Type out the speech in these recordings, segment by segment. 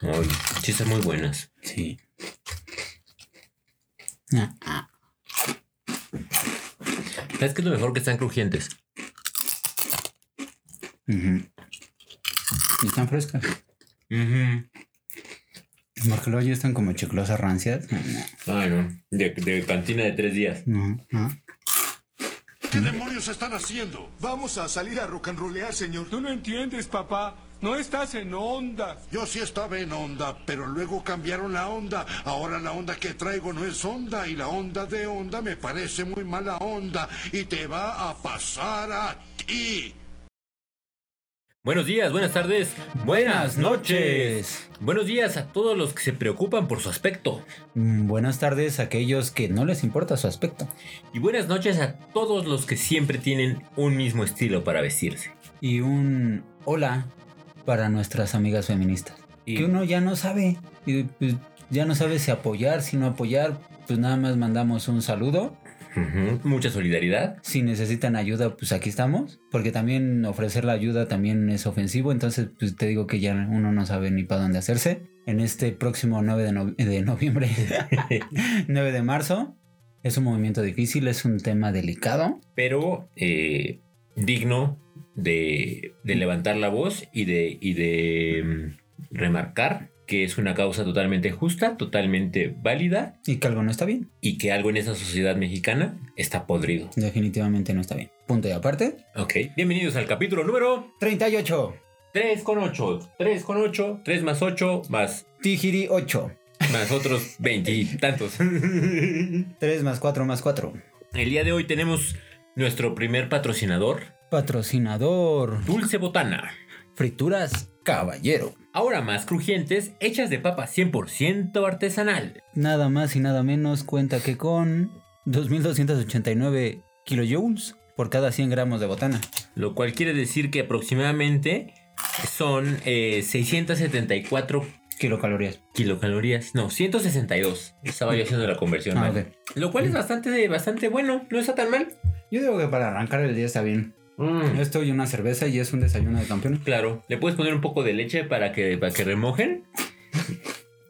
Ay, sí, están muy buenas. Sí. Ah, ah. ¿Sabes qué es lo mejor que están crujientes? Ujú. Y están frescas. Porque luego ya están como chiclosas rancias. Mm. Ay, no. De, de cantina de tres días. No, no. ¿Qué demonios están haciendo? Vamos a salir a rocanrolear, señor. Tú no entiendes, papá. No estás en onda. Yo sí estaba en onda, pero luego cambiaron la onda. Ahora la onda que traigo no es onda y la onda de onda me parece muy mala onda y te va a pasar a ti. Buenos días, buenas tardes, buenas Buenas noches. noches. Buenos días a todos los que se preocupan por su aspecto. Mm, Buenas tardes a aquellos que no les importa su aspecto. Y buenas noches a todos los que siempre tienen un mismo estilo para vestirse. Y un hola para nuestras amigas feministas. Y- Que uno ya no sabe. y, pues, ya no sabe si apoyar, si no apoyar. Pues nada más mandamos un saludo. Ujú, Mucha solidaridad. Si necesitan ayuda, pues aquí estamos. Porque también ofrecer la ayuda también es ofensivo. Entonces, pues te digo que ya uno no sabe ni para dónde hacerse. En este próximo 9 de, no- de noviembre, 9 de marzo, es un movimiento difícil, es un tema delicado. Pero eh, digno de, de levantar la voz y de, y de mm, remarcar que es una causa totalmente justa, totalmente válida Y que algo no está bien. y que algo en esa sociedad mexicana está podrido. Definitivamente no está bien. Punto y aparte. Ok, bienvenidos al capítulo número 38. 3 con 8. 3 con 8, 3 más 8, más, Tijiri 8. más otros 20 y tantos. 3 más 4 más 4. El día de hoy tenemos nuestro primer patrocinador, Patrocinador. Dulce Botana. Frituras Caballero. Ahora más crujientes, hechas de papa 100% artesanal. Nada más y nada menos cuenta que con 2.289 kilojoules por cada 100 gramos de botana. Lo cual quiere decir que aproximadamente son eh, 674 Kilocalorías. kilocalorías. No, 162. Estaba yo haciendo la conversión. Ah, mal. ok. Lo cual es bastante, bastante bueno. No está tan mal. Yo digo que para arrancar el día está bien. Mm, Esto y una cerveza y es un desayuno de campeones. Claro, le puedes poner un poco de leche para que, para que remojen.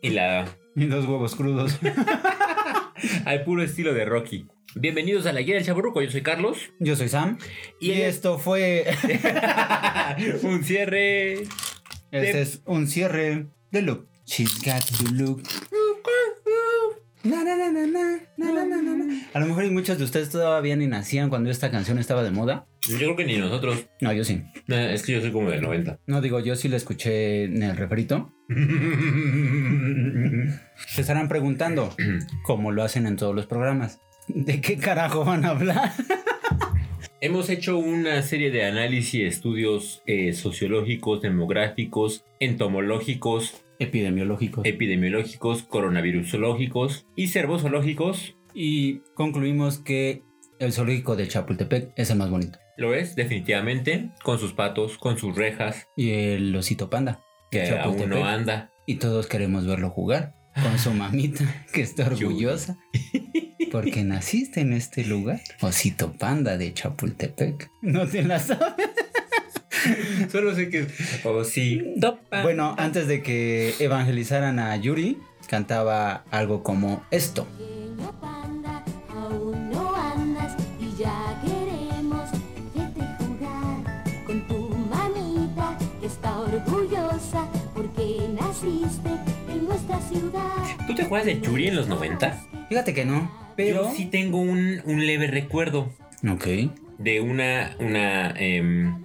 Y la Y dos huevos crudos. al puro estilo de Rocky. Bienvenidos a la guía del Chaburruco, yo soy Carlos. Yo soy Sam. Y Y, él es- esto fue... Un cierre. este es un cierre de look. She's got to look. Na, na, na, na, na, na, na, na, na. A lo mejor y muchos de ustedes todavía ni nacían cuando esta canción estaba de moda. Yo creo que ni nosotros. No, yo sí. No, Es que yo soy como del 90. No digo, yo sí la escuché en el refrito. Se estarán preguntando, como lo hacen en todos los programas, ¿de qué carajo van a hablar? Hemos hecho una serie de análisis, estudios eh, sociológicos, demográficos, entomológicos, Epidemiológicos. epidemiológicos, coronavirusológicos y servozoológicos. Y concluimos que el zoológico de Chapultepec es el más bonito. Lo es, definitivamente, con sus patos, con sus rejas, Y el osito panda. de que aún no anda. Y todos queremos verlo jugar con su mamita, que está orgullosa. Porque naciste en este lugar. Osito panda de Chapultepec. No te la sabes. Solo sé que... Oh, sí. Bueno, antes de que evangelizaran a Yuri, cantaba algo como esto. Pequeño panda, aún no andas y ya queremos verte jugar con tu mamita que está orgullosa porque naciste en nuestra ciudad. ¿Tú te acuerdas de Yuri en los 90? Fíjate que no, pero... Yo sí tengo un, un leve recuerdo Ok. de una, una em,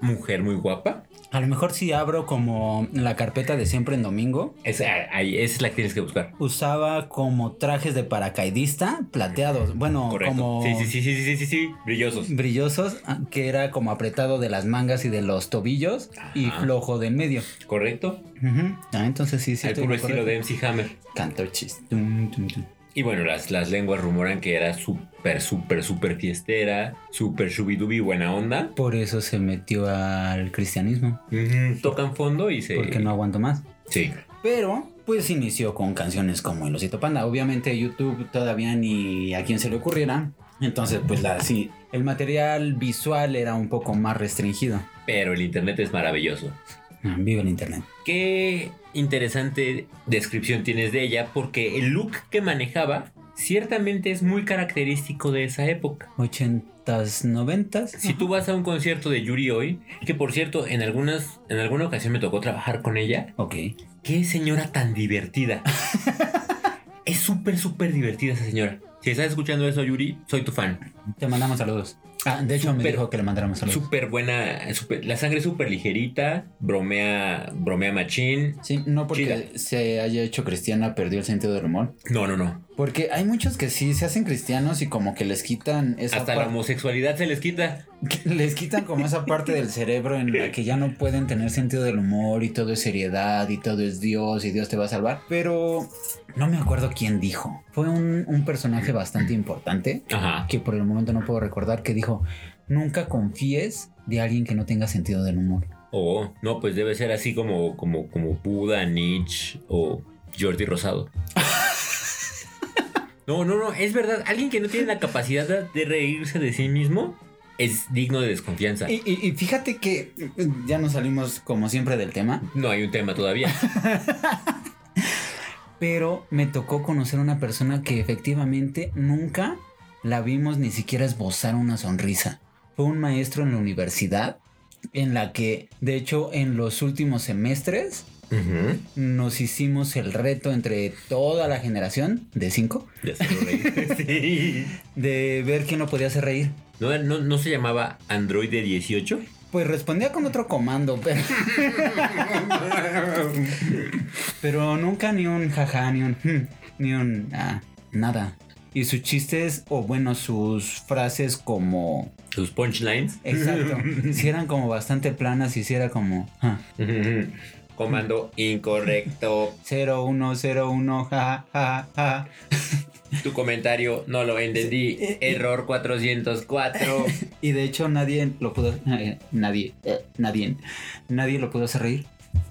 mujer muy guapa. A lo mejor si abro como la carpeta de siempre en domingo, Esa, ahí, esa es la que tienes que buscar. usaba como trajes de paracaidista plateados. Bueno, Correcto. como... Sí, sí, sí, sí, sí, sí, sí, sí, brillosos. brillosos, ah, que era como apretado de las mangas y de los tobillos y Ajá. flojo de en medio. Correcto. Ah, entonces sí, sí. Al estoy puro de acuerdo. estilo de MC Hammer. Canto chis. Tum, tum, tum. Y bueno, las, las lenguas rumoran que era súper, súper, súper fiestera, súper shubidubi buena onda. Por eso se metió al cristianismo, Ujú, Tocan fondo y se. porque no aguanto más. Sí. Pero, pues inició con canciones como El Osito Panda. Obviamente YouTube todavía ni a quien se le ocurriera. Entonces, pues la, sí, el material visual era un poco más restringido. Pero el internet es maravilloso. Ah, Vive el internet. Qué interesante descripción tienes de ella, porque el look que manejaba ciertamente es muy característico de esa época. 80s, 90s. Si tú vas a un concierto de Yuri hoy, que por cierto, en algunas, en alguna ocasión me tocó trabajar con ella, Ok. qué señora tan divertida. es súper, súper divertida esa señora. Si estás escuchando eso, Yuri, soy tu fan. Te mandamos saludos. Ah, de hecho me Súper. dijo que le mandáramos saludos. Súper buena, súper- la sangre es súper ligerita, bromea, bromea machín. Sí, no porque Chida. se haya hecho cristiana, perdió el sentido del humor. No, no, no. Porque hay muchos que sí se hacen cristianos y como que les quitan esa Hasta la par- homosexualidad se les quita. que les quitan como esa parte del cerebro en la que ya no pueden tener sentido del humor y todo es seriedad y todo es Dios y Dios te va a salvar. Pero no me acuerdo quién dijo. Fue un, un personaje bastante importante Ajá. que por el momento no puedo recordar que dijo, nunca confíes de alguien que no tenga sentido del humor. Oh, no, pues debe ser así como, como, como Buda, Nietzsche o Jordi Rosado. No, no, no, es verdad. Alguien que no tiene la capacidad de- de reírse de sí mismo es digno de desconfianza. Y, y- y fíjate que eh, ya nos salimos como siempre del tema, No hay un tema todavía. pero me tocó conocer una persona que efectivamente nunca la vimos ni siquiera esbozar una sonrisa. Fue un maestro en la universidad en la que, de hecho, en los últimos semestres Ujú. nos hicimos el reto entre toda la generación de cinco Ya se lo reí. Sí. de ver quién lo podía hacer reír. ¿No, no, no se llamaba Android de 18? Pues respondía con otro comando, pero. pero nunca ni un jaja, ni un. hmm, ni un. ah, nada. Y sus chistes, o bueno, sus frases como. Sus punchlines. Exacto. si eran como bastante planas, y si era como. ah, Ujú. Comando incorrecto. 0101, jaja, jaja. jaja. Tu comentario no lo entendí. Error 404. Y de hecho, nadie lo pudo. eh, nadie. eh, nadie. Nadie lo pudo hacer reír.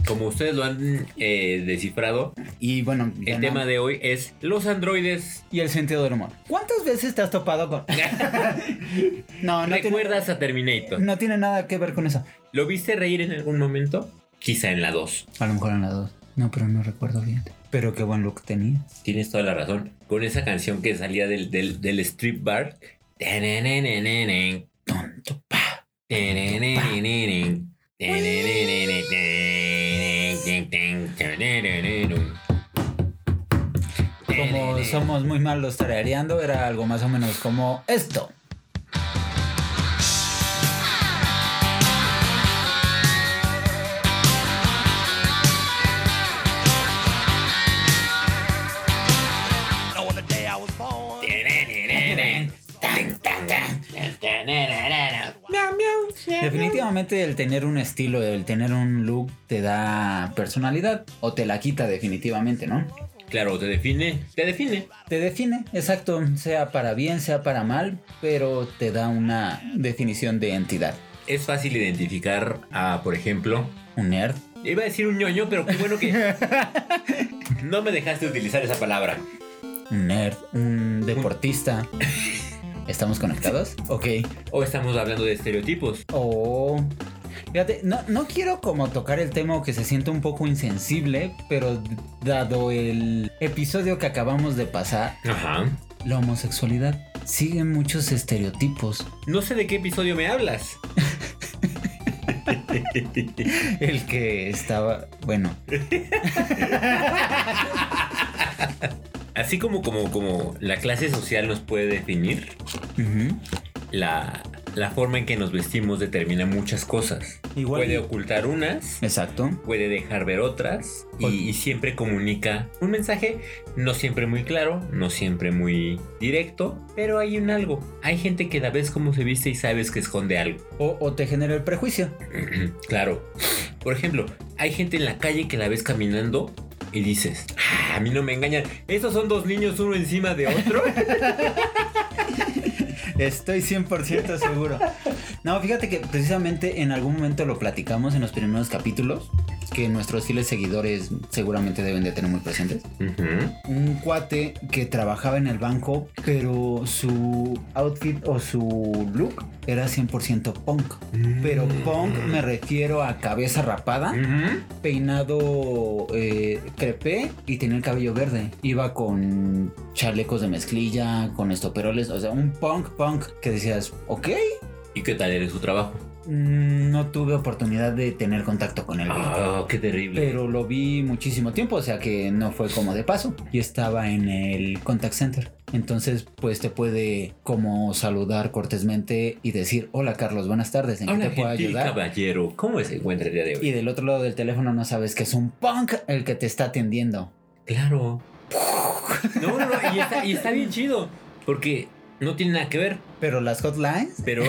Como ustedes lo han eh, descifrado, Y bueno, ya el no- tema de hoy es los androides. Y el sentido del humor. ¿Cuántas veces te has topado con.? No, no tiene, ¿Recuerdas a Terminator? no tiene nada que ver con eso. ¿Lo viste reír en algún momento? Quizá en la 2. A lo mejor en la 2. No, pero no recuerdo bien. Pero qué buen look tenía. Tienes toda la razón. Con esa canción que salía del, del, del strip bar. Tonto. Como somos muy malos tarareando, era algo más o menos como esto. Definitivamente el tener un estilo, el tener un look te da personalidad o te la quita definitivamente, ¿no? Claro, te define. Te define. Te define, exacto, sea para bien, sea para mal, pero te da una definición de entidad. Es fácil identificar a, por ejemplo, Un nerd, Iba a decir un ñoño, pero qué bueno que no me dejaste utilizar esa palabra. un nerd, un deportista. ¿Estamos conectados? Ok. O estamos hablando de estereotipos. Oh. Fíjate, no, no quiero como tocar el tema o que se sienta un poco insensible, pero d- dado el episodio que acabamos de pasar, Ajá. la homosexualidad sigue muchos estereotipos. No sé de qué episodio me hablas. El que estaba, bueno, Así como, como, como la clase social nos puede definir, ujú, la, la forma en que nos vestimos determina muchas cosas. Igual puede y- ocultar unas, exacto. puede dejar ver otras y, y siempre comunica un mensaje, no siempre muy claro, no siempre muy directo, pero hay un algo. Hay gente que la ves cómo se viste y sabes que esconde algo. O, o te genera el prejuicio. Claro. Por ejemplo, hay gente en la calle que la ves caminando y dices, "Ah, a mí no me engañan. ¿Estos son dos niños uno encima de otro? Estoy 100% seguro. No, fíjate que precisamente en algún momento lo platicamos en los primeros capítulos. que nuestros fieles seguidores seguramente deben de tener muy presentes. Ujú. Un cuate que trabajaba en el banco, pero su outfit o su look era 100% punk. Pero punk me refiero a cabeza rapada, Ujú. peinado eh, crepé y tenía el cabello verde. Iba con chalecos de mezclilla, con estoperoles, o sea, un punk punk que decías, ok, ¿Y qué tal era su trabajo? Mm, no tuve oportunidad de tener contacto con él. Ah, qué terrible. Pero lo vi muchísimo tiempo, o sea que no fue como de paso. Y estaba en el contact center. Entonces, pues te puede como saludar cortésmente y decir, hola Carlos, buenas tardes, ¿en qué Hola, te puedo gentil ayudar? caballero. ¿Cómo se encuentra el día de hoy? Y del otro lado del teléfono no sabes que es un punk el que te está atendiendo. Claro. No, no, no, y está, y está bien chido. Porque no tiene nada que ver, Pero las hotlines pero.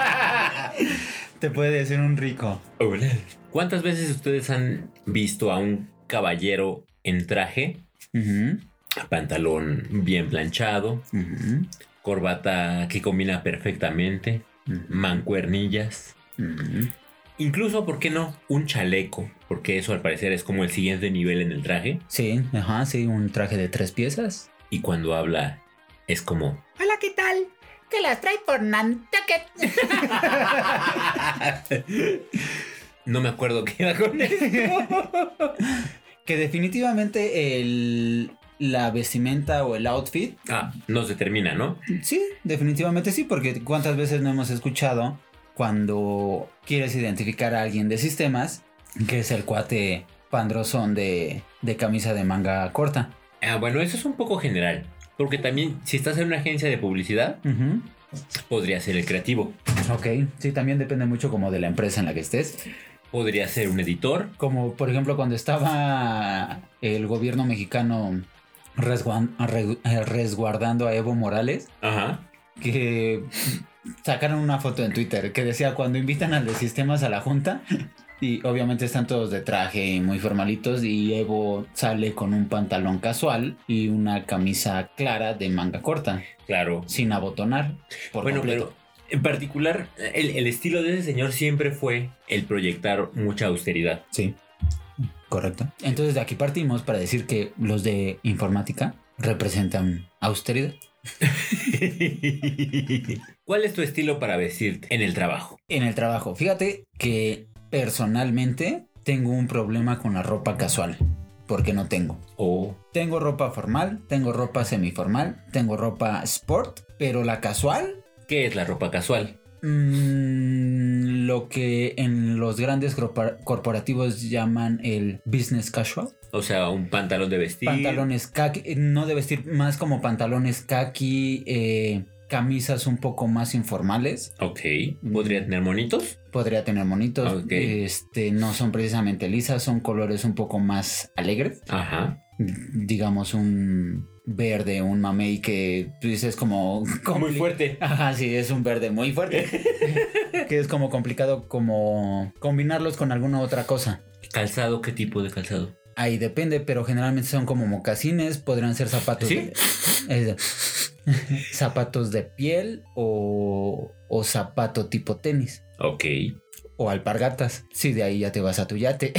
te puede decir un rico. Hola. ¿Cuántas veces ustedes han visto a un caballero en traje? Ujú, Pantalón bien planchado, ujú, corbata que combina perfectamente, mancuernillas. ujú. Incluso, ¿por qué no? Un chaleco, porque eso al parecer es como el siguiente nivel en el traje. Sí, ajá, sí, un traje de tres piezas. Y cuando habla, es como... Hola, ¿qué tal? Que las trae por Nantucket. No me acuerdo qué iba con él. Que definitivamente el, la vestimenta o el outfit, Ah, no se termina, ¿no? sí, definitivamente sí, porque cuántas veces no hemos escuchado cuando quieres identificar a alguien de sistemas, que es el cuate pandrozón de, de camisa de manga corta. Ah, bueno, eso es un poco general. Porque también, si estás en una agencia de publicidad, Ujú. podría ser el creativo. Ok, sí, también depende mucho como de la empresa en la que estés. Podría ser un editor. Como por ejemplo cuando estaba el gobierno mexicano resguan- re- eh, resguardando a Evo Morales. Ajá. que sacaron una foto en Twitter que decía cuando invitan al de sistemas a la junta y obviamente están todos de traje y muy formalitos y Evo sale con un pantalón casual y una camisa clara de manga corta Claro. sin abotonar por bueno, completo. pero en particular, el, el estilo de ese señor siempre fue el proyectar mucha austeridad. Sí. Correcto. Entonces de aquí partimos para decir que los de informática representan austeridad. ¿Cuál es tu estilo para vestirte en el trabajo? En el trabajo, fíjate que personalmente tengo un problema con la ropa casual porque no tengo. O Tengo ropa formal, tengo ropa semiformal, tengo ropa sport, pero la casual, ¿qué es la ropa casual? mm, lo que en los grandes corpora- corporativos llaman el business casual. O sea, un pantalón de vestir. Pantalones kaki, eh, no de vestir más como pantalones kaki, eh, camisas un poco más informales. Ok. ¿Podría tener monitos? Podría tener monitos, Ok. este, no son precisamente lisas, son colores un poco más alegres. Ajá. Digamos un verde, un mamey que tú dices como... Muy compli- fuerte. Ajá, sí, es un verde muy fuerte. que es como complicado como combinarlos con alguna otra cosa. ¿Calzado? ¿Qué tipo de calzado? Ahí depende, pero generalmente son como mocasines, podrían ser zapatos. ¿Sí? de- es de- zapatos de piel o, o zapato tipo tenis. Ok. O alpargatas. Sí, de ahí ya te vas a tu yate.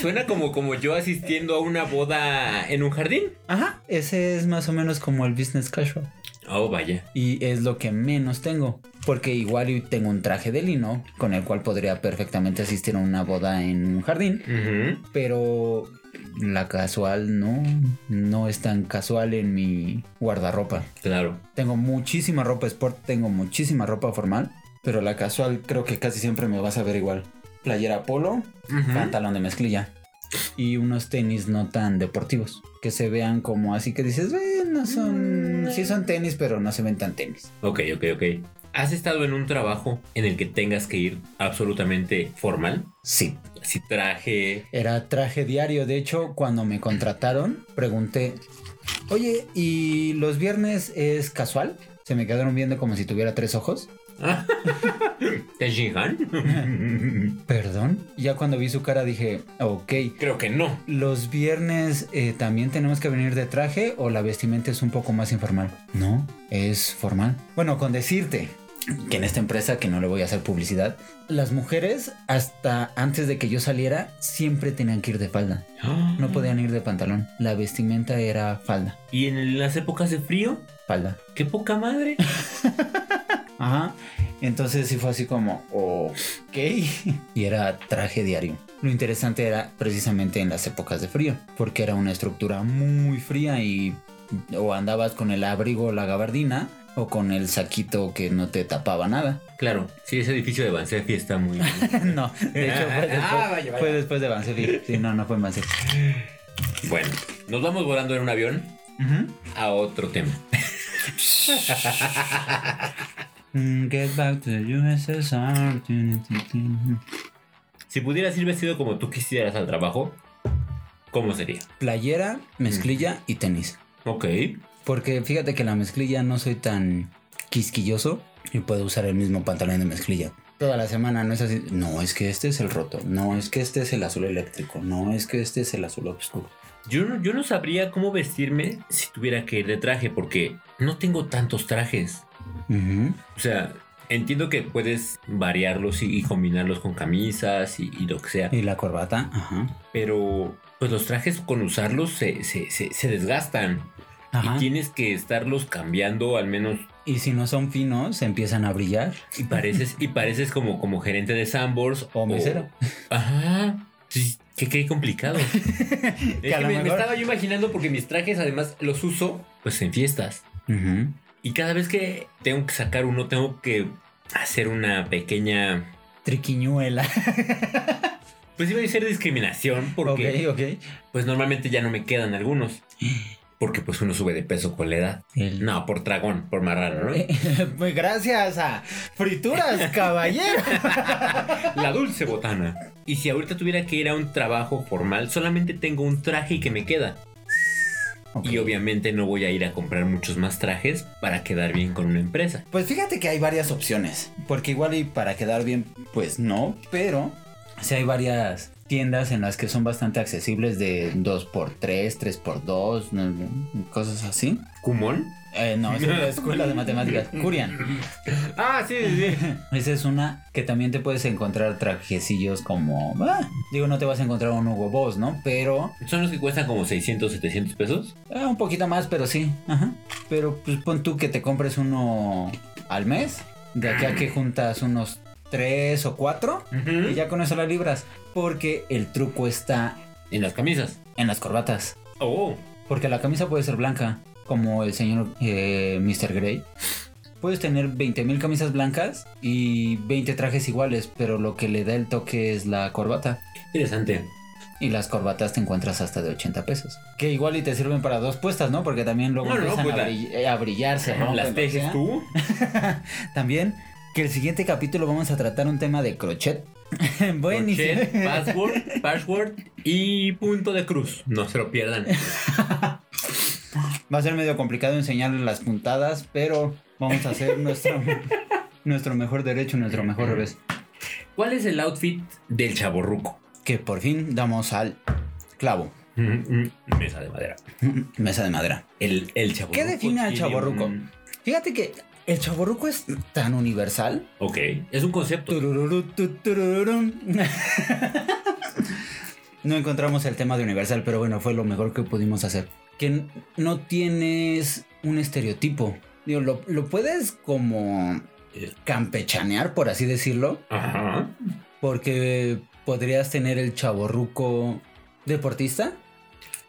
Suena como, como yo asistiendo a una boda en un jardín. Ajá, ese es más o menos como el business casual. Oh, vaya. Y es lo que menos tengo. Porque igual y tengo un traje de lino con el cual podría perfectamente asistir a una boda en un jardín. Ujú. Pero la casual no, no es tan casual en mi guardarropa. Claro. Tengo muchísima ropa sport, tengo muchísima ropa formal. Pero la casual creo que casi siempre me vas a ver igual. Playera polo, ¿Mm? pantalón de mezclilla. Y unos tenis no tan deportivos. Que se vean como así que dices, bueno, son... Sí son tenis, pero no se ven tan tenis. Ok, ok, ok. ¿Has estado en un trabajo en el que tengas que ir absolutamente formal? Sí. Así traje. Era traje diario. De hecho, cuando me contrataron, pregunté, oye, ¿y los viernes es casual? Se me quedaron viendo como si tuviera tres ojos. ¿Te Shinhan? Perdón. Ya cuando vi su cara dije, ok. Creo que no. ¿Los viernes eh, también tenemos que venir de traje o la vestimenta es un poco más informal? No, es formal. Bueno, con decirte que en esta empresa, que no le voy a hacer publicidad, las mujeres hasta antes de que yo saliera siempre tenían que ir de falda. No podían ir de pantalón. La vestimenta era falda. Y en las épocas de frío, Falda. qué poca madre. Ajá. Entonces sí fue así como, ok. Y era traje diario. Lo interesante era precisamente en las épocas de frío, porque era una estructura muy fría y o andabas con el abrigo o la gabardina o con el saquito que no te tapaba nada. Claro, sí, ese edificio de Bansefi está muy... No, de hecho fue después, Ah, vaya, vaya. fue después de Bansefi. Sí, no, no fue en Bansefi. bueno, nos vamos volando en un avión Ujú. a otro tema. Mm, Get back to the USSR. Si pudieras ir vestido como tú quisieras al trabajo, ¿cómo sería? Playera, mezclilla y tenis. Ok. Porque fíjate que la mezclilla no soy tan quisquilloso y puedo usar el mismo pantalón de mezclilla. Toda la semana no es así. No, es que este es el roto. No, es que este es el azul eléctrico. No, es que este es el azul oscuro. Yo no, yo no sabría cómo vestirme si tuviera que ir de traje, porque no tengo tantos trajes. Ujú. O sea, entiendo que puedes variarlos y, y combinarlos con camisas y, y lo que sea, Y la corbata, ajá. pero pues los trajes con usarlos se, se, se- se desgastan. Ajá. Y tienes que estarlos cambiando al menos. Y si no son finos, empiezan a brillar. Y pareces, y pareces como, como gerente de Sambors. O mesero. Ajá. Sí, Qué, qué complicado. es a que lo me, me mejor- estaba yo imaginando porque mis trajes además los uso pues en fiestas. Ujú. Y cada vez que tengo que sacar uno, tengo que hacer una pequeña... Triquiñuela. Pues iba a ser discriminación porque Ok, ok. pues normalmente ya no me quedan algunos. Porque pues uno sube de peso con la edad. El- No, por dragón, por marrano, ¿no? Pues gracias a Frituras, caballero. La dulce botana. Y si ahorita tuviera que ir a un trabajo formal, solamente tengo un traje y que me queda. Y obviamente no voy a ir a comprar muchos más trajes para quedar bien con una empresa. Pues fíjate que hay varias opciones. Porque igual y para quedar bien, pues no. Pero sí hay varias tiendas en las que son bastante accesibles de 2x3, 3x2, ¿no? cosas así. ¿Cumón? Eh, no, es la escuela de matemáticas. Curian. Ah, sí, sí, sí. Esa es una que también te puedes encontrar trajecillos como... ah, digo, no te vas a encontrar un Hugo Boss, ¿no? Pero Son los que cuestan como 600, 700 pesos. Ah, un poquito más, pero sí. Ajá. Pero pues pon tú que te compres uno al mes. De aquí a que juntas unos tres o cuatro. Ujú. Y ya con eso la libras. Porque el truco está En las camisas. en las corbatas. Oh, Porque la camisa puede ser blanca. Como el señor eh, Mr. Grey. Puedes tener 20.000 camisas blancas y 20 trajes iguales, pero lo que le da el toque es la corbata. interesante. Y las corbatas te encuentras hasta de 80 pesos. Que igual y te sirven para dos puestas, ¿no? Porque también luego No, no, empiezan pues a, la- brill- eh, a brillarse. ¿no? ¿Las Pero, o tejes sea, tú? También que el siguiente capítulo vamos a tratar un tema de crochet. Buenísimo. Crochet, password, password y punto de cruz. No se lo pierdan. Va a ser medio complicado enseñarles las puntadas, pero vamos a hacer nuestro, nuestro mejor derecho, nuestro mejor revés. ¿Cuál es el outfit del chaborruco? Mm, Que por fin damos al clavo. Mesa de madera. Mesa de madera. El, el chaborruco. ¿Qué define al tiene chaborruco? un- Fíjate que el chaborruco es tan universal Ok, es un concepto. Tururú, tu, turururum. No encontramos el tema de Universal, pero bueno, fue lo mejor que pudimos hacer. Que n- no tienes un estereotipo. Digo, lo, lo puedes como eh, campechanear, por así decirlo, Ajá. porque podrías tener el chaborruco deportista,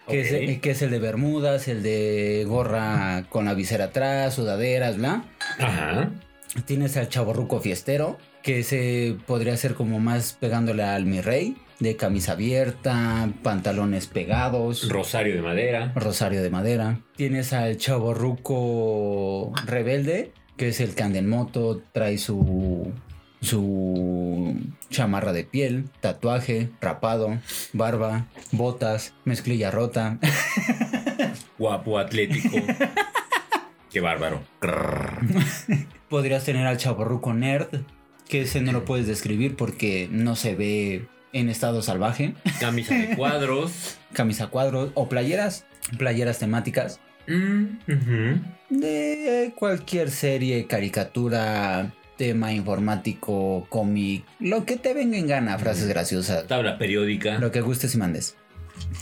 que, es, Ok. el- que es el de Bermudas, el de gorra con la visera atrás, sudaderas, bla. Ajá. Tienes al chaborruco fiestero, que se podría ser como más pegándole al mi rey, de camisa abierta, pantalones pegados, Rosario de madera. rosario de madera. Tienes al chaborruco rebelde, que es el que anda en moto, trae su su chamarra de piel, tatuaje, rapado, barba, botas, mezclilla rota. Guapo atlético. Qué bárbaro. Crrr. podrías tener al chaborruco nerd, que ese no lo puedes describir porque no se ve en estado salvaje. Camisa de cuadros. Camisa cuadros o playeras, playeras temáticas Mm, ujú. de cualquier serie, caricatura, tema informático, cómic, lo que te venga en gana, frases graciosas, Tabla periódica. lo que gustes y mandes.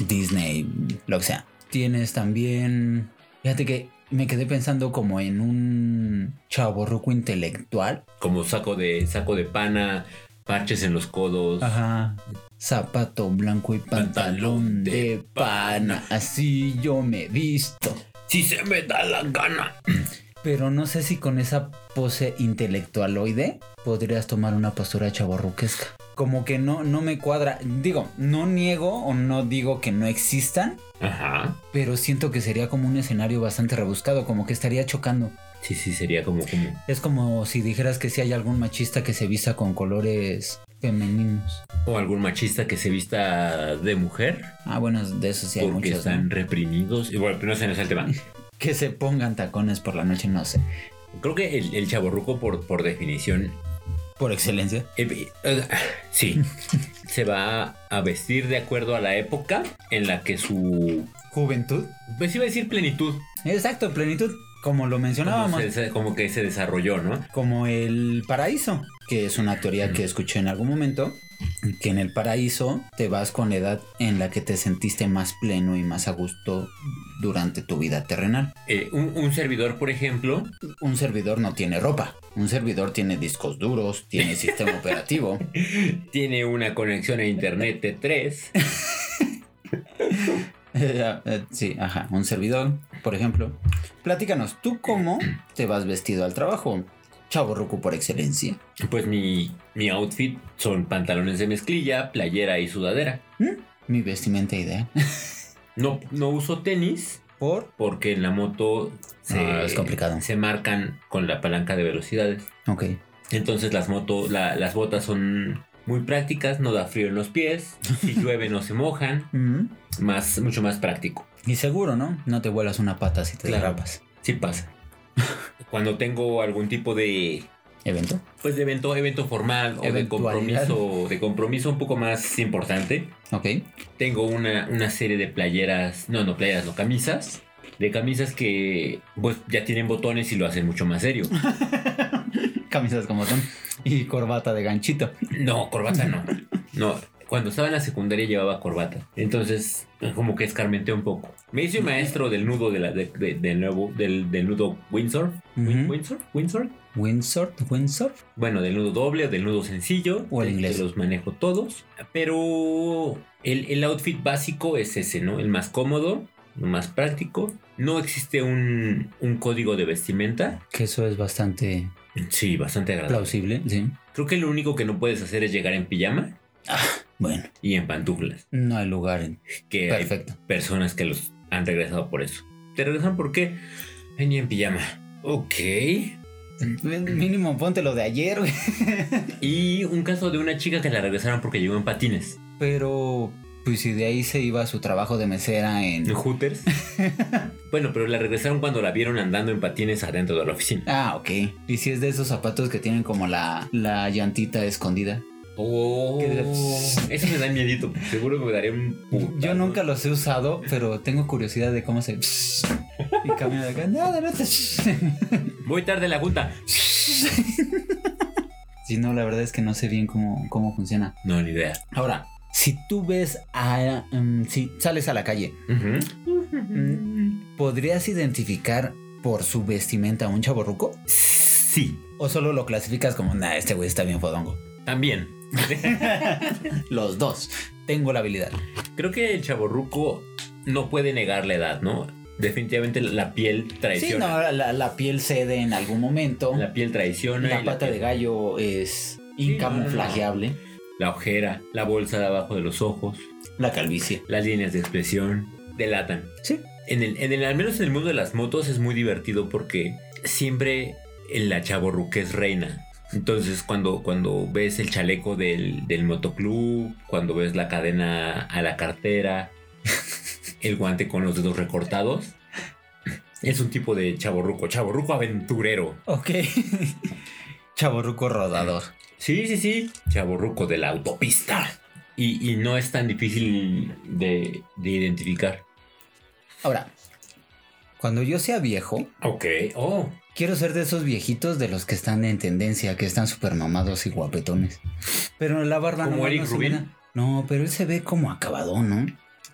Disney, lo que sea. Tienes también. Fíjate que me quedé pensando como en un chaborruco intelectual. Como saco de, saco de pana, parches en los codos. Ajá. Zapato blanco y pantalón Pantalón de de pana. Así yo me he visto. Si se me da la gana. Pero no sé si con esa pose intelectualoide podrías tomar una postura chaborruquesca. Como que no, no me cuadra. Digo, no niego o no digo que no existan, Ajá. pero siento que sería como un escenario bastante rebuscado, como que estaría chocando. Sí, sí, sería como, como. Es como si dijeras que si hay algún machista que se vista con colores femeninos. O algún machista que se vista de mujer. Ah, bueno, de eso sí hay porque muchos. ¿no? están reprimidos. Y bueno, pero no sé, no es el tema. Que se pongan tacones por la noche, no sé. Creo que el, el chaborruco, por, por definición, Por excelencia. eh, eh, sí, se va a vestir de acuerdo a la época en la que su. Juventud. Pues iba a decir plenitud. Exacto, plenitud. Como lo Como, mencionábamos. se- se- como que se desarrolló, ¿no? como el paraíso, que es una teoría que escuché en algún momento, que en el paraíso te vas con la edad en la que te sentiste más pleno y más a gusto durante tu vida terrenal. Eh, un, un servidor, por ejemplo, Un servidor no tiene ropa, un servidor tiene discos duros, tiene sistema operativo, tiene una conexión a internet de 3. Eh, eh, sí, ajá, un servidor, por ejemplo. Platícanos, ¿tú cómo te vas vestido al trabajo? Chavo Ruku por excelencia. Pues mi, mi outfit son pantalones de mezclilla, playera y sudadera. Mi vestimenta ideal. No, no uso tenis Por. porque en la moto se, Ah, es complicado. se marcan con la palanca de velocidades. Ok. Entonces las motos, las botas son muy prácticas, no da frío en los pies, si llueve no se mojan, Mm. más, mucho más práctico. Y seguro, ¿no? No te vuelas una pata si te Claro. derrapas. Sí pasa. Cuando tengo algún tipo de ¿Evento? pues de evento, evento formal o de Eventualidad. compromiso, de compromiso un poco más importante, Ok. tengo una, una serie de playeras, no, no playeras, no camisas, de camisas que pues ya tienen botones y lo hacen mucho más serio. Camisas con botón y corbata de ganchito. No, corbata no. No, cuando estaba en la secundaria llevaba corbata. Entonces, como que escarmenté un poco. Me hice maestro del nudo de la, de- de- del nuevo, del, del nudo Windsor. Win- Ujú. Windsor, Windsor. Windsor, Windsor. Bueno, del nudo doble o del nudo sencillo. O el Te- te inglés. los manejo todos. Pero el, el outfit básico es ese, ¿no? El más cómodo, el más práctico. No existe un, un código de vestimenta. Que eso es bastante Sí, bastante agradable. plausible, sí. Creo que lo único que no puedes hacer es llegar en pijama Bueno, y en pantuflas. no hay lugar. en- Que hay Perfecto. personas que los han regresado por eso. ¿Te regresan por qué? Venía en pijama. Ok. Mínimo ponte lo de ayer, güey. Y un caso de una chica que la regresaron porque llegó en patines. Pero, pues si de ahí se iba a su trabajo de mesera En en... hooters. bueno, pero la regresaron cuando la vieron andando en patines adentro de la oficina. Ah, ok. Y si es de esos zapatos que tienen como la, la llantita escondida. Oh. Qué- Eso me da miedito. Seguro que me daría un putazo. Yo nunca los he usado, pero tengo curiosidad de cómo se... Y camina de acá. Nada, no te... Voy tarde a la junta. Si no, la verdad es que no sé bien cómo, cómo funciona. No, ni idea. Ahora, si tú ves a... mm, si sales a la calle, Ujú. mm, ¿podrías identificar por su vestimenta a un chaborruco? Sí. ¿O solo lo clasificas como, nah, este güey está bien fodongo? También. Los dos. Tengo la habilidad. Creo que el chaborruco no puede negar la edad, ¿no? Definitivamente la piel Sí, traiciona. no, la, la piel cede en algún momento. La, La piel traiciona. y pata piel- de gallo es incamuflajeable. La ojera, la bolsa de abajo de los ojos, La calvicie. las líneas de expresión, delatan. Sí. En el, en el, al menos en el mundo de las motos es muy divertido porque siempre en la chaborruque es reina. Entonces cuando, cuando ves el chaleco del, del motoclub, cuando ves la cadena a la cartera, el guante con los dedos recortados, es un tipo de chaborruco, chaborruco aventurero. Ok. Chaborruco rodador. Sí, sí, sí. Chaborruco de la autopista. Y, y no es tan difícil de, de identificar. Ahora, cuando yo sea viejo, Ok. Oh. Quiero ser de esos viejitos de los que están en tendencia, que están súper mamados y guapetones. Pero la barba ¿Como nomás Eric no se Rubin? me da. No, pero él se ve como acabado, ¿no?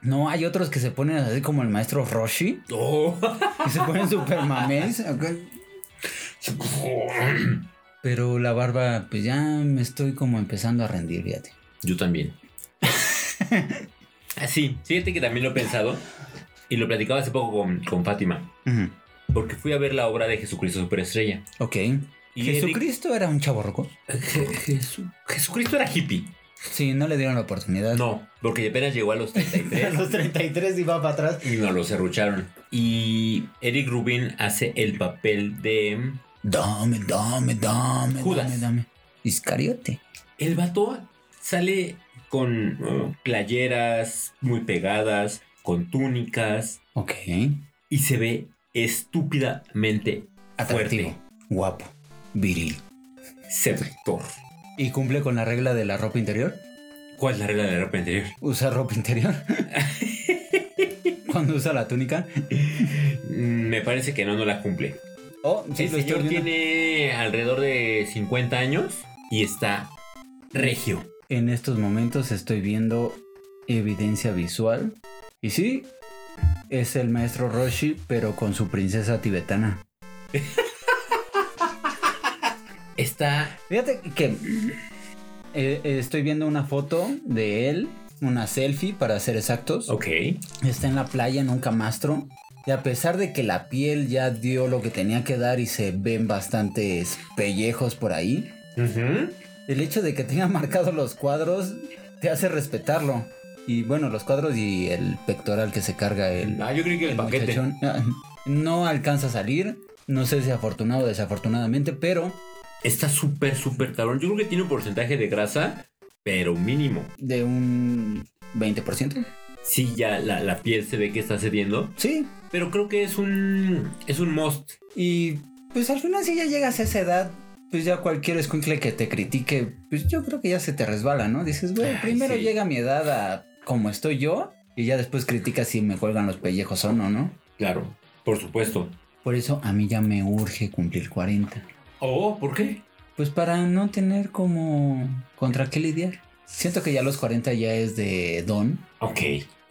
No, hay otros que se ponen así como el maestro Roshi, Oh. que se ponen súper mamés. acá. Pero la barba, pues ya me estoy como empezando a rendir, fíjate. Yo también. Así, fíjate que también lo he pensado y lo platicaba hace poco con, con Fátima, Ujú. porque fui a ver la obra de Jesucristo Superestrella. Ok. Y ¿Jesucristo era un chavo roco? Eric- Je- Jesu- Jesucristo era hippie. Sí, no le dieron la oportunidad. No, porque apenas llegó a los 33 los 33 iba para atrás. y no lo cerrucharon. Y Eric Rubin hace el papel de. Dame, dame, dame. Judas. Dame, dame. Iscariote. El vato sale con uh, playeras muy pegadas, con túnicas Ok. y se ve estúpidamente Atractivo. Fuerte. Guapo. Viril. seductor. ¿Y cumple con la regla de la ropa interior? ¿Cuál es la regla de la ropa interior? ¿Usa ropa interior? Cuando usa la túnica. Mm, Me parece que no, no la cumple. Oh, sí, el lo estoy señor viendo. tiene alrededor de 50 años y está regio. En estos momentos estoy viendo evidencia visual. Y sí, es el maestro Roshi, pero con su princesa tibetana. Está Fíjate que eh, eh, estoy viendo una foto de él, una selfie para ser exactos. ok. Está en la playa en un camastro. Y a pesar de que la piel ya dio lo que tenía que dar y se ven bastantes pellejos por ahí, Ujú. el hecho de que tenga marcados los cuadros te hace respetarlo. Y bueno, los cuadros y el pectoral que se carga el, Ah, yo creo que el, el paquete. muchachón. Ah, No alcanza a salir. No sé si afortunado o desafortunadamente, pero Está súper, súper cabrón. Yo creo que tiene un porcentaje de grasa, pero mínimo. de un 20%. Sí, ya la, la piel se ve que está cediendo, Sí, pero creo que es un es un must. Y pues al final si ya llegas a esa edad, pues ya cualquier escuincle que te critique, pues yo creo que ya se te resbala, ¿no? Dices, Ay, güey, primero sí. llega mi edad a como estoy yo y ya después critica si me cuelgan los pellejos o no, ¿no? Claro, por supuesto. Por eso a mí ya me urge cumplir 40. Oh, ¿por qué? Pues para no tener como contra qué lidiar. Siento que ya los 40 ya es de don. Ok.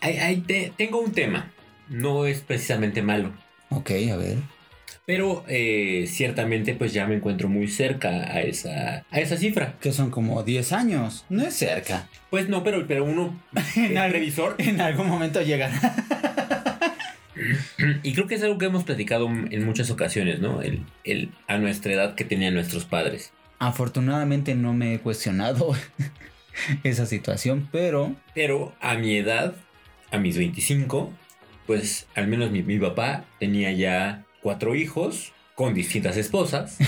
Ahí- ahí te- tengo un tema. No es precisamente malo. Ok, a ver. Pero eh, ciertamente pues ya me encuentro muy cerca a esa, a esa cifra. Que son como 10 años. No es cerca. Pues no, pero, pero uno En el algo. revisor. En algún momento llegará. Y creo que es algo que hemos platicado en muchas ocasiones, ¿no? El, el, a nuestra edad que tenían nuestros padres. Afortunadamente no me he cuestionado esa situación, pero Pero a mi edad, a mis 25, pues al menos mi, mi papá tenía ya cuatro hijos con distintas esposas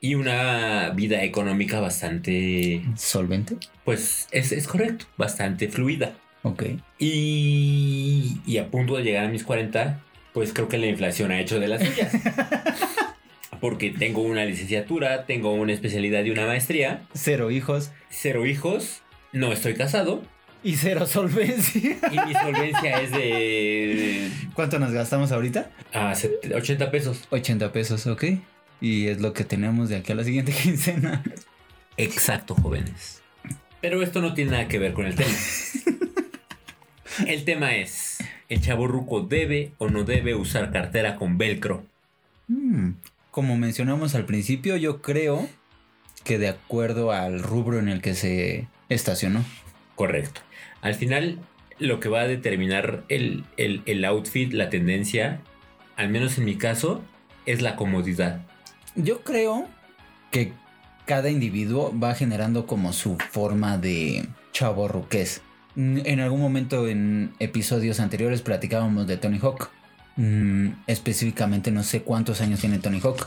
y una vida económica bastante, solvente. pues es, es correcto, bastante fluida. Ok. Y, y a punto de llegar a mis 40, pues creo que la inflación ha hecho de las suyas. Porque tengo una licenciatura, tengo una especialidad y una maestría, Cero hijos cero hijos, no estoy casado y cero solvencia. y mi solvencia es de ¿Cuánto nos gastamos ahorita? a 70 80 pesos. 80 pesos, ok. Y es lo que tenemos de aquí a la siguiente quincena. Exacto, jóvenes. Pero esto no tiene nada que ver con el tema. El tema es, ¿el chaborruco debe o no debe usar cartera con velcro? Hmm. Como mencionamos al principio, yo creo que de acuerdo al rubro en el que se estacionó. Correcto. Al final, lo que va a determinar el, el- el outfit, la tendencia, al menos en mi caso, es la comodidad. Yo creo que cada individuo va generando como su forma de chaborruquez. Mm, En algún momento en episodios anteriores platicábamos de Tony Hawk. Mm, específicamente no sé cuántos años tiene Tony Hawk,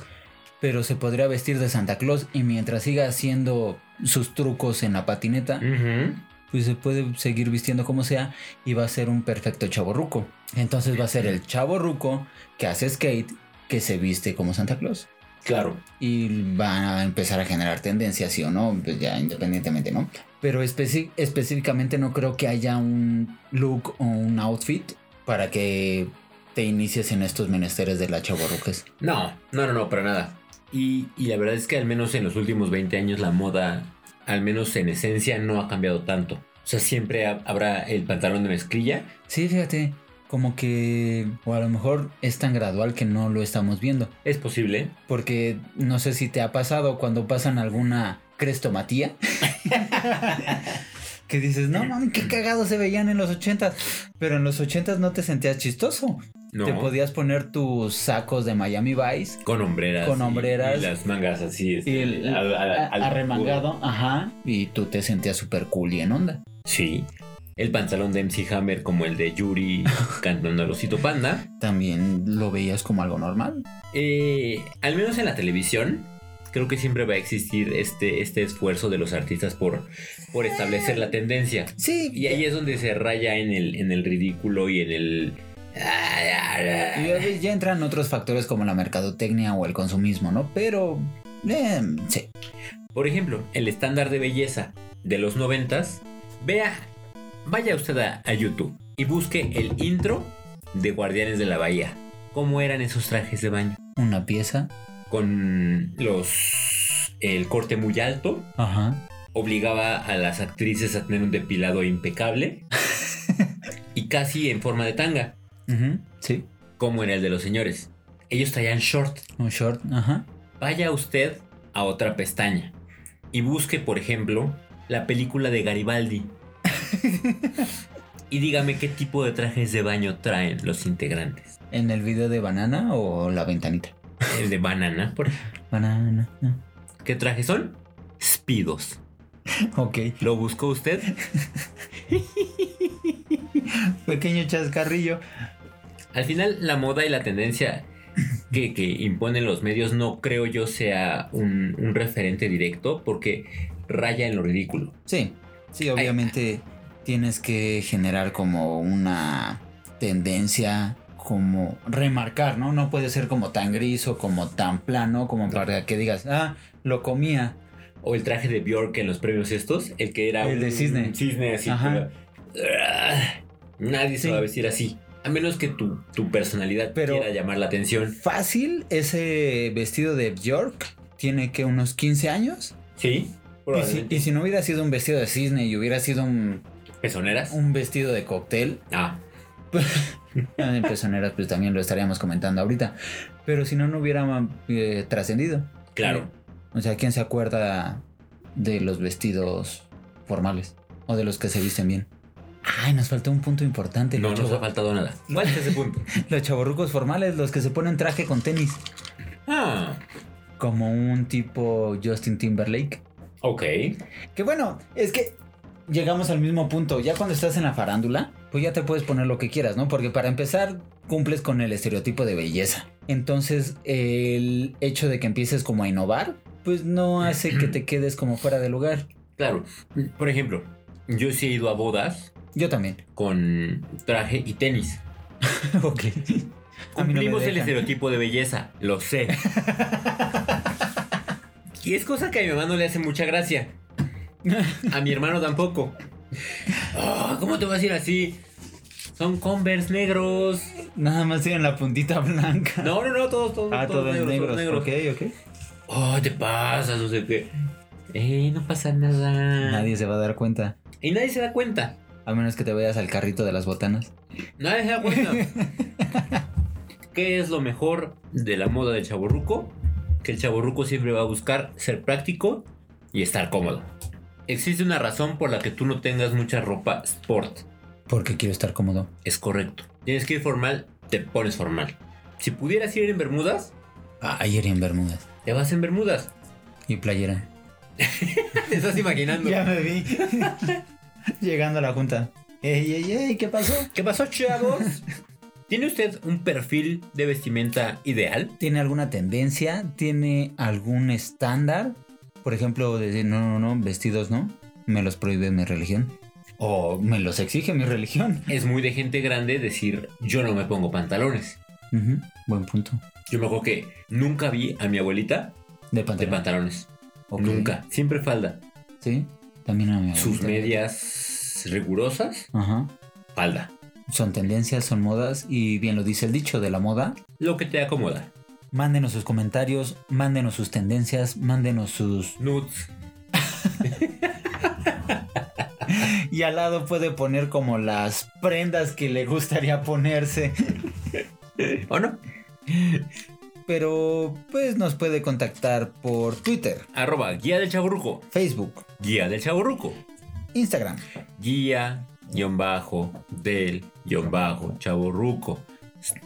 pero se podría vestir de Santa Claus y mientras siga haciendo sus trucos en la patineta, Mm. pues se puede seguir vistiendo como sea y va a ser un perfecto chaborruco. Entonces va a ser el chaborruco que hace skate, que se viste como Santa Claus Claro. y van a empezar a generar tendencias, sí o no, pues ya independientemente, ¿no? Pero especi- específicamente no creo que haya un look o un outfit para que te inicies en estos menesteres de la chavorruques. No, no, no, no, para nada. Y, y la verdad es que al menos en los últimos 20 años la moda, al menos en esencia, no ha cambiado tanto. O sea, siempre ha- habrá el pantalón de mezclilla. Sí, fíjate, como que, o a lo mejor es tan gradual que no lo estamos viendo. Es posible. Porque no sé si te ha pasado cuando pasan alguna crestomatía. que dices, no mames, qué cagados se veían en los ochentas. Pero en los ochentas no te sentías chistoso. No. Te podías poner tus sacos de Miami Vice. Con hombreras. Con y- hombreras. Y, las mangas así. Y este, el, al- al- a- al- arremangado, ajá. Y tú te sentías súper cool y en onda. Sí. El pantalón de MC Hammer como el de Yuri cantando al osito panda. También lo veías como algo normal. Eh, al menos en la televisión, creo que siempre va a existir este, este esfuerzo de los artistas por, por establecer la tendencia. Sí. Y ahí es donde se raya en el, en el ridículo y en el... Y ya, Ah. ya entran otros factores como la mercadotecnia o el consumismo, ¿no? Pero, eh, sí. Por ejemplo, el estándar de belleza de los noventas. Vea, vaya usted a, a YouTube y busque el intro de Guardianes de la Bahía. ¿Cómo eran esos trajes de baño? Una pieza. Con los... el corte muy alto, Ajá. obligaba a las actrices a tener un depilado impecable y casi en forma de tanga, Ujú, Sí, como era el de los señores. Ellos traían short. un short, ajá. Vaya usted a otra pestaña y busque, por ejemplo, la película de Garibaldi. y dígame qué tipo de trajes de baño traen los integrantes. ¿En el video de banana o la ventanita? El de banana, por ejemplo. Banana. ah, ¿Qué trajes son? Spidos. Ok. ¿Lo buscó usted? Pequeño chascarrillo. Al final, la moda y la tendencia que, que imponen los medios no creo yo sea un, un referente directo porque raya en lo ridículo. Sí, sí, obviamente tienes que generar como una tendencia, como remarcar, ¿no? No puede ser como tan gris o como tan plano, como para que digas, ah, lo comía. O el traje de Bjork en los premios estos, el que era El de cisne. cisne así. Ajá. pero, ah, nadie se Sí. va a vestir así. A menos que tu, tu personalidad Pero- quiera llamar la atención. Fácil, ese vestido de Bjork tiene que unos 15 años. Sí, Y si, probablemente. y si no hubiera sido un vestido de cisne y hubiera sido un ¿Pezoneras? un vestido de cóctel. Ah, En pezoneras, pues también lo estaríamos comentando ahorita. Pero si no, no hubiera eh, trascendido. Eh, claro. O sea, ¿quién se acuerda de los vestidos formales? O de los que se visten bien. Ay, nos faltó un punto importante. No los, nos ha chavo- faltado nada. ¿Cuál es ese punto? los chavorrucos formales, los que se ponen traje con tenis. Ah, Como un tipo Justin Timberlake. ok. Que bueno, es que llegamos al mismo punto. Ya cuando estás en la farándula, pues ya te puedes poner lo que quieras, ¿no? Porque para empezar, cumples con el estereotipo de belleza. Entonces, el hecho de que empieces como a innovar, pues no hace que te quedes como fuera de lugar. Claro. Por ejemplo, yo sí he ido a bodas Yo también. con traje y tenis. ok. A mí no me Cumplimos el dejan. estereotipo de belleza, lo sé. y es cosa que a mi mamá no le hace mucha gracia. A mi hermano tampoco. Ah, ¿Cómo te vas a ir así? Son Converse negros. Nada más tienen la puntita blanca. No, no, no, todos, todos, Ah, todo todos en negro. todos negros. Ok, ok. Oh, te pasas, no sé qué. Ey, eh, no pasa nada. Nadie se va a dar cuenta. Y nadie se da cuenta. A menos que te vayas al carrito de las botanas. Nadie se da cuenta. ¿Qué es lo mejor de la moda del chaborruco? Que el chaborruco siempre va a buscar ser práctico y estar cómodo. Existe una razón por la que tú no tengas mucha ropa sport. Porque quiero estar cómodo. Es correcto. Tienes que ir formal, te pones formal. Si pudieras ir en bermudas, Ayer en Bermudas. te vas en bermudas. Y playera. Te estás imaginando. Ya me vi. Llegando a la junta. Ey, ey, ey, ¿qué pasó? ¿Qué pasó, chavos? ¿Tiene usted un perfil de vestimenta ideal? ¿Tiene alguna tendencia? ¿Tiene algún estándar? Por ejemplo, decir, no, no, no, vestidos no. Me los prohíbe mi religión. O me los exige mi religión. Es muy de gente grande decir, yo no me pongo pantalones. Ujú, Buen punto. Yo me acuerdo que nunca vi a mi abuelita De de pantalón. pantalones. Ok. Nunca. Siempre falda. Sí. También a mi Sus abuelita. medias rigurosas, Ajá. falda. Son tendencias, son modas y bien lo dice el dicho de la moda. Lo que te acomoda. Mándenos sus comentarios, mándenos sus tendencias, mándenos sus... Nudes. Y al lado puede poner como las prendas que le gustaría ponerse. ¿O no? Pero pues nos puede contactar por Twitter, Arroba guía del chaburruco. Facebook, Guía del chaburruco. Instagram. Guía, guión bajo, del, guión bajo, chaburruco.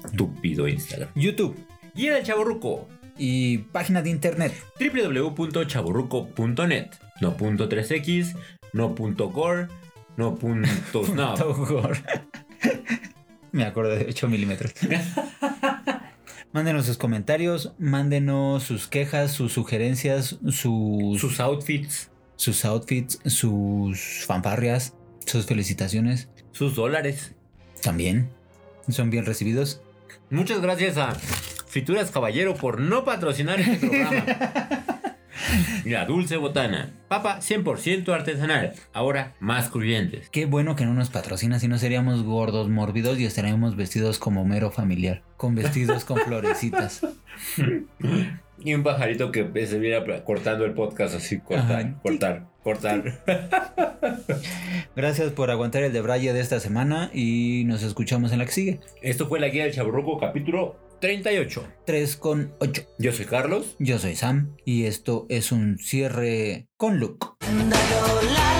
Estúpido Instagram. YouTube Guía del chaburruco. y página de internet. www.chaburruco.net. No punto 3x, no punto gore, no punto snap. Togor. Me acuerdo de 8 milímetros. Mándenos sus comentarios, mándenos sus quejas, sus sugerencias, sus, Sus outfits, sus outfits, sus fanfarrias, sus felicitaciones. sus dólares. También son bien recibidos. Muchas gracias a Frituras Caballero por no patrocinar este programa. La dulce botana. Papa 100% artesanal. Ahora más crujientes. Qué bueno que no nos patrocina, si no seríamos gordos, mórbidos y estaríamos vestidos como mero familiar, con vestidos con florecitas. Y un pajarito que se viera cortando el podcast así, cortar, Ajá. cortar, cortar. Gracias por aguantar el debraye de esta semana y nos escuchamos en la que sigue. Esto fue la guía del Chaburroco, capítulo 38. 3 con 8. Yo soy Carlos. Yo soy Sam y esto es un cierre con Luke. Dándalo la